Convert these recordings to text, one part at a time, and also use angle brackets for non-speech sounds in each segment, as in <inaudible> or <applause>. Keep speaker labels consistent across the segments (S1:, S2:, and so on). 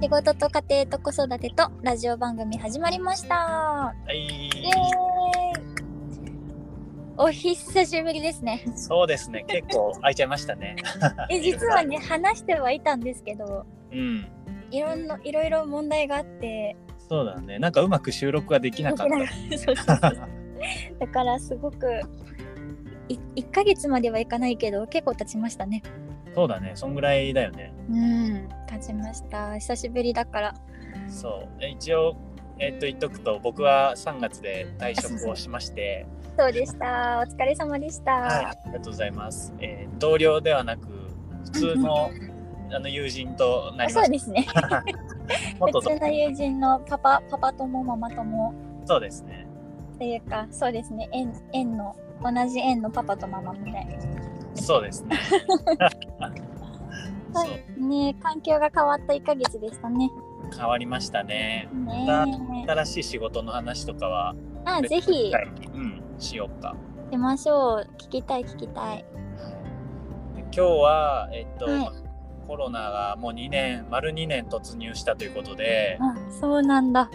S1: 仕事と家庭と子育てとラジオ番組始まりました
S2: はい
S1: イエーイお久しぶりです <laughs> ね
S2: そうですね結構空いちゃいましたね
S1: え実はね話してはいたんですけど
S2: うん
S1: いろんないろいろ問題があって
S2: そうだねなんかうまく収録ができなかっ <laughs>
S1: そうそう
S2: た
S1: <laughs> だからすごくい1ヶ月まではいかないけど結構経ちましたね
S2: そうだねそんぐらいだよね
S1: うん経ちました久しぶりだから
S2: そうえ一応えっと言っとくと僕は3月で退職をしまして
S1: そうでしたお疲れ様でした、
S2: はいありがとうございます、えー同僚ではなく普通 <laughs> のあの友人とな
S1: あ
S2: り
S1: そ
S2: ま
S1: う
S2: し
S1: です <laughs> ね
S2: たもっと
S1: 普
S2: と
S1: 通の友人のパパパパ友ママ友
S2: そうですね
S1: っていうかそうですね縁縁の同じ縁のパパとママみたいな、
S2: そうです <laughs> ねそ
S1: は
S2: う
S1: い、ね環境が変わった1ヶ月でしたね
S2: 変わりましたね
S1: ねえ
S2: 新しい仕事の話とかは
S1: あぜひ
S2: はいうん、しようか。
S1: 出ましょう聞きたい聞きたい
S2: で今日は、えっと、
S1: はい
S2: コロナがもう2年、丸2年突入したということで、
S1: あそうなんだ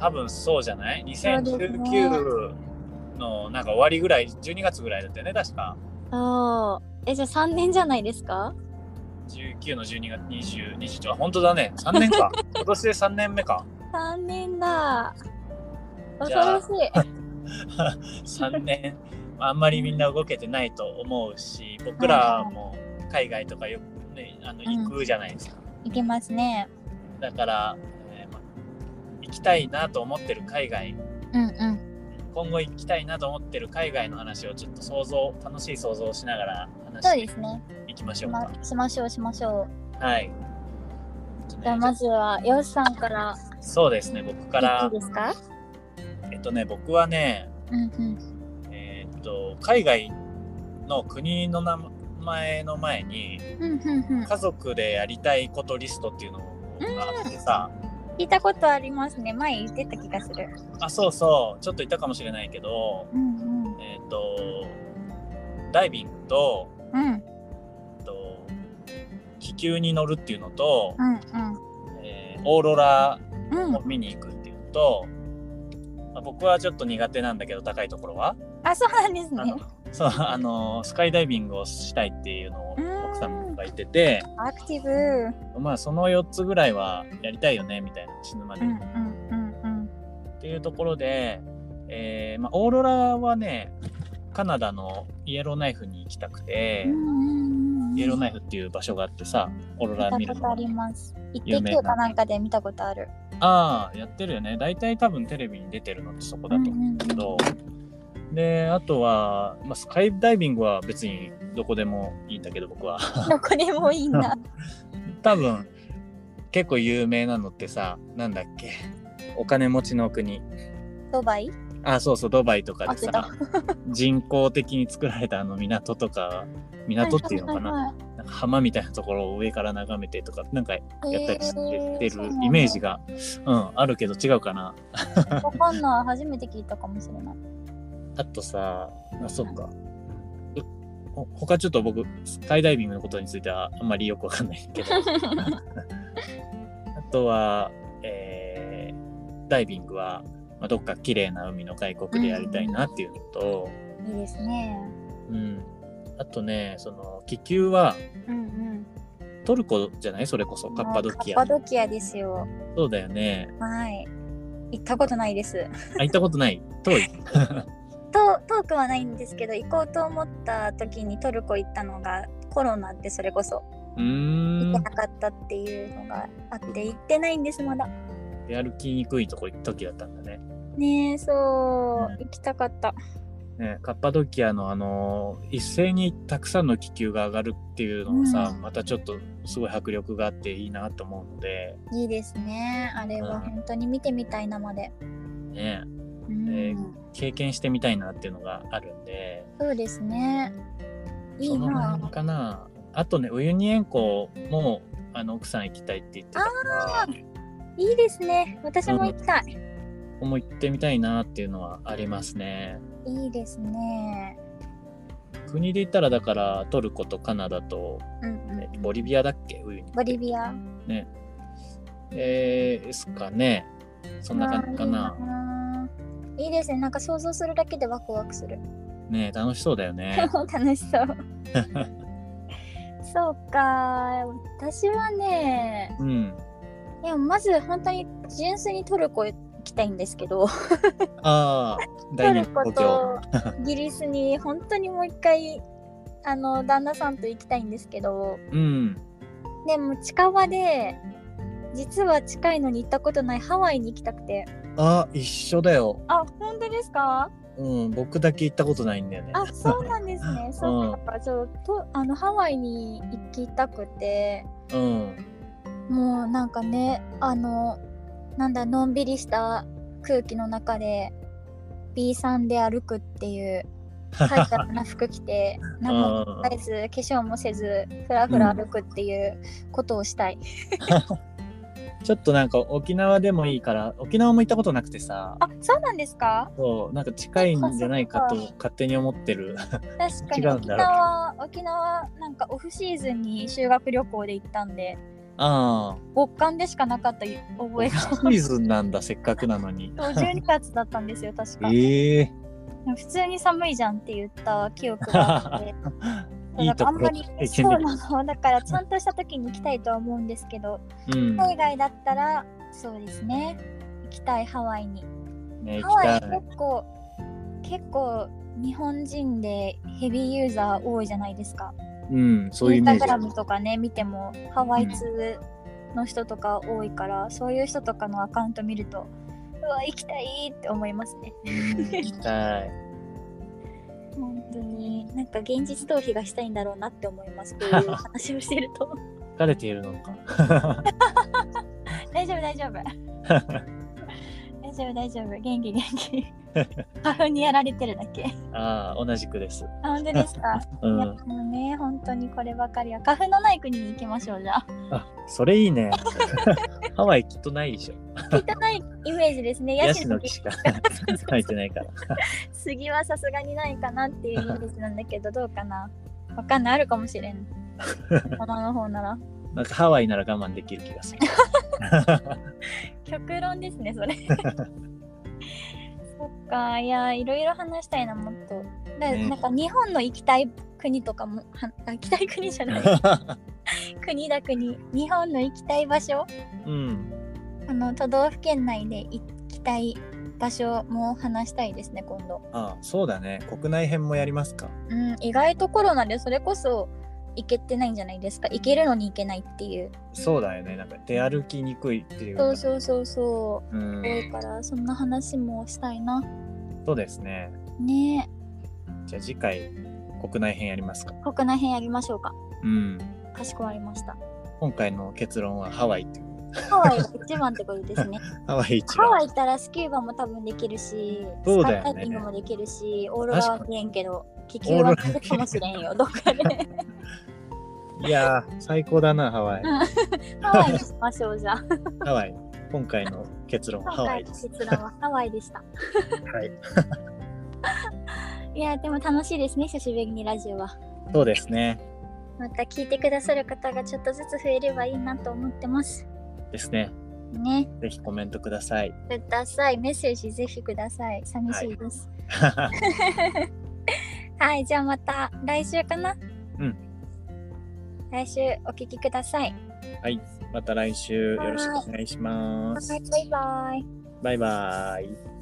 S2: 多分そうじゃない
S1: そうですね
S2: ?2019 のなんか終わりぐらい、12月ぐらいだったよね、確か。
S1: そうえじゃあ3年じゃないですか
S2: 19の12月20、21、あ本当だね、3
S1: <laughs>
S2: 年か。今年で3年目か。 <laughs>
S1: 3年だ
S2: じ
S1: 恐
S2: ゃあ
S1: ろしい
S2: 3年、あんまりみんな動けてないと思うし、僕らも海外とかよく、ね、あの
S1: うん
S2: 行くじゃないですか。
S1: いけますね
S2: だから、えーま行きたいなと思ってる海外
S1: うんうん
S2: 今後行きたいなと思ってる海外の話をちょっと想像楽しい想像をしながら話
S1: そう
S2: し
S1: で
S2: て
S1: すね
S2: いきまし
S1: し
S2: ょうか
S1: ま。しましょうしましょ
S2: はい。
S1: うじゃあまずはよしさんから
S2: そうですね僕か
S1: いい
S2: ら
S1: ですか
S2: えっとね僕はね
S1: うんうん
S2: えーっと海外の国の名前の前に
S1: うんうんうん
S2: 家族でやりたいことリストっていうのがあってさ、
S1: 聞いたことありますね前言ってた気がする
S2: あそうそうちょっと言ったかもしれないけど
S1: うんうん
S2: えーっとダイビングと
S1: うん
S2: えっと気球に乗るっていうのと、
S1: うん
S2: えーオーロラ
S1: うんうん
S2: を見に行くっていうのと、まあ僕はちょっと苦手なんだけど高いところは、
S1: あそうなんです
S2: あ
S1: ね
S2: のそうあのスカイダイビングをしたいっていうのを
S1: うん
S2: 奥さんが言ってて、
S1: アクティブう
S2: まあその4つぐらいはやりたいよねみたいな死ぬまでに、
S1: ん
S2: っ
S1: うんうんうん
S2: ていうところで、えーまあ、オーロラはねカナダのイエローナイフに行きたくて、
S1: うん
S2: イエロー
S1: イ
S2: ナイフっていう場所があってさオーロラ見
S1: 見
S2: る
S1: たこ
S2: の
S1: と
S2: が
S1: あります一
S2: 有
S1: 滴
S2: 名な
S1: とかなんかで見たことある
S2: ああやってるよね大体多分テレビに出てるのってそこだと思うんだけど、であとは、まあ、スカイダイビングは別にどこでもいいんだけど僕は <laughs>
S1: どこでもいいな
S2: 多分結構有名なのってさなんだっけお金持ちの国
S1: ドバイ
S2: あそうそうドバイとかで
S1: あ
S2: さ人工的に作られたあの港とか港っていうのかな
S1: は
S2: なんか浜みたいなところを上から眺めてとかなんかや
S1: いはいは
S2: っ
S1: い
S2: たりして
S1: へ
S2: るイメージが、うん、あるけど違うかな
S1: わかんない初めて聞いたかもしれない
S2: あとさ、あ、そっか。うほ他ちょっと僕、スカイダイビングのことについてはあんまりよくわかんないけど。あとは、えーダイビングは、まあ、どっか綺麗な海の外国でやりたいなっていうのと、
S1: いいですね
S2: うん、あとね、その気球は
S1: うんうん
S2: トルコじゃないそれこそカッパドキ
S1: カ
S2: ア
S1: ッ。パドキアですよ
S2: そうだよね。
S1: はい行ったことないです
S2: あ、行ったこと
S1: <laughs>
S2: ない。遠い。
S1: と遠くはないんですけど行こうと思った時にトルコ行ったのがコロナってそれこそう行
S2: ー
S1: け
S2: ん
S1: な。かったっていうのがあって行ってないんですまだ
S2: やる気にくいとこ行った時だったんだね。
S1: ねえそう
S2: うん
S1: 行きたかった
S2: ね、カッパドキアのあの一斉にたくさんの気球が上がるっていうのがさ、
S1: うん
S2: またちょっとすごい迫力があっていいなと思うので、
S1: いいですねあれは本当に見てみたい生で、
S2: ね、
S1: うん
S2: えー経験してみたいなっていうのがあるんで
S1: そうですねいい
S2: その
S1: な
S2: 辺かなあとねウユニ塩湖もあの奥さん行きたいって言ってたから
S1: いいですね私も行きたい、
S2: ここも行ってみたいなっていうのはありますね
S1: いいですね
S2: 国で言ったらだからトルコとカナダと、
S1: うんうん
S2: ねボリビアだっけウユニ
S1: ボリビア
S2: ねえー、ですかね。そんな感じかな。
S1: いいいいですねなんか想像するだけでワクワクする
S2: ね楽しそうだよね。
S1: <laughs> 楽しそうそうか私はね
S2: うん。
S1: いやまず本当に純粋にトルコ行きたいんですけど
S2: ああ、
S1: ト
S2: 大人
S1: ル
S2: 気
S1: コ
S2: 東京。
S1: と <laughs> イギリスに本当にもう一回あの旦那さんと行きたいんですけど
S2: うん。
S1: でも近場で実は近いのに行ったことないハワイに行きたくて
S2: あ、一緒だよ。
S1: あ本当ですか
S2: うん、僕だけ行ったことないんだよね。
S1: あそうなんですね <laughs> そう
S2: うん
S1: なんかちょっとあのハワイに行きたくて
S2: うん。
S1: もうなんかねあのなんだのんびりした空気の中で B さんで歩くっていうカジュアルな服着
S2: <laughs>
S1: て何も
S2: うん
S1: とりあえず化粧もせずふらふら歩くっていうことをしたい、
S2: ちょっとなんか沖縄でもいいから、沖縄も行ったことなくてさ、
S1: あそうなんですか
S2: そう、なんか近いんじゃないかと勝手に思ってる。 <laughs>
S1: 確か
S2: 違
S1: に
S2: うん
S1: 沖
S2: だろう
S1: 縄沖縄なんかオフシーズンに修学旅行で行ったんで
S2: ああ、
S1: 極寒でしかなかった覚え
S2: <laughs> シーズンなんだ、せっかくなのに。
S1: が12月だったんですよ確か
S2: ええ
S1: 普通に寒いじゃんって言った記憶があって
S2: いい
S1: だか
S2: ところ
S1: らあんまり
S2: 経
S1: そ
S2: 験
S1: う
S2: でき
S1: なのだからちゃんとした時に行きたいとは思うんですけど
S2: うん。
S1: 海外だったらそうですね行きたいハワイに
S2: ね、行
S1: ハ
S2: き
S1: ワ
S2: た
S1: イ
S2: い。
S1: 結構結構日本人でヘビーユーザー多いじゃないですか。
S2: うん、そういうイメ
S1: インスタグラ
S2: ー
S1: ムとかね見てもハワイ通の人とか多いから、そういう人とかのアカウント見るとうわ行きたいって思いますね。
S2: ジ。うん行きたい。
S1: 本当になんか現実逃避がしたいんだろうなって思いますこういう話をしてると
S2: 疲れているのか。
S1: 大丈夫大丈
S2: <laughs>
S1: 夫大丈夫大丈夫元気元気花粉にやられてるだけ
S2: ああ、同じくです。
S1: あ本当ですかい
S2: う
S1: や
S2: ん。
S1: もうね本当にこればかりは花粉のない国に行きましょうじゃあ
S2: あ、それいいね。ハワイきっとないでしょ。
S1: 汚いイメージですね
S2: ヤ
S1: ヤ
S2: シ
S1: シ
S2: の
S1: の
S2: 木し
S1: 木
S2: か入ってないから。 <laughs>
S1: 杉はさすがにないかなっていうイメージなんだけどどうかなわかんないあるかもし
S2: <laughs>
S1: れん山の方なら
S2: なんかハワイなら我慢できる気
S1: <laughs>
S2: がする。
S1: 極論ですねそれそっかいやいろいろ話したいなもっとだ
S2: ね
S1: なんか日本の行きたい国とかもはあ行きたい国じゃない国だ国日本の行きたい場所
S2: うん。
S1: あの都道府県内で行きたい場所も話したいですね今度、
S2: ああ、そうだね。国内編もやりますか。
S1: うん、意外とコロナでそれこそ行けてないんじゃないですか行けるのに行けないっていう
S2: そうだよね。なんか出歩きにくいっていうか。
S1: そうそうそうそううん多。いからそんな話もしたいな
S2: そうですね。
S1: ね
S2: じゃあ次回、国内編やりますか。
S1: え国内編やりましょうか
S2: うん。
S1: かしこまりました
S2: 今回の結論はハワイっていう。
S1: ハワイが一番ってことですね。
S2: ハワ <laughs> イ一
S1: ハワ
S2: 番。
S1: イ行ったらスキューバも多分できるし、
S2: そう
S1: ス
S2: だ
S1: カ
S2: よね
S1: イダイビングもできるし、オーロラは
S2: 確か
S1: 見えんけど、気球は見えるかもしれんよ、どっかで。
S2: いやー、最高だな、ハワイ。
S1: ハワイにしましょうじゃあ。
S2: ハワイ。今回の結論は <laughs> ハ
S1: 今
S2: ワイ
S1: 回
S2: で
S1: の
S2: す。
S1: 結論はハワイでした。
S2: はい。
S1: <laughs> いや、でも楽しいですね、久しぶりにラジオは。
S2: そうですね。
S1: また聞いてくださる方がちょっとずつ増えればいいなと思ってます。
S2: ですね。
S1: ね、
S2: ぜひコメントください。
S1: ください。メッセージぜひください。寂しいです。はい、じゃあまた来週かな。
S2: うん。
S1: 来週お聞きください。
S2: はい。また来週よろしくお願いします。
S1: はい、バイバイ。
S2: バイバーイ。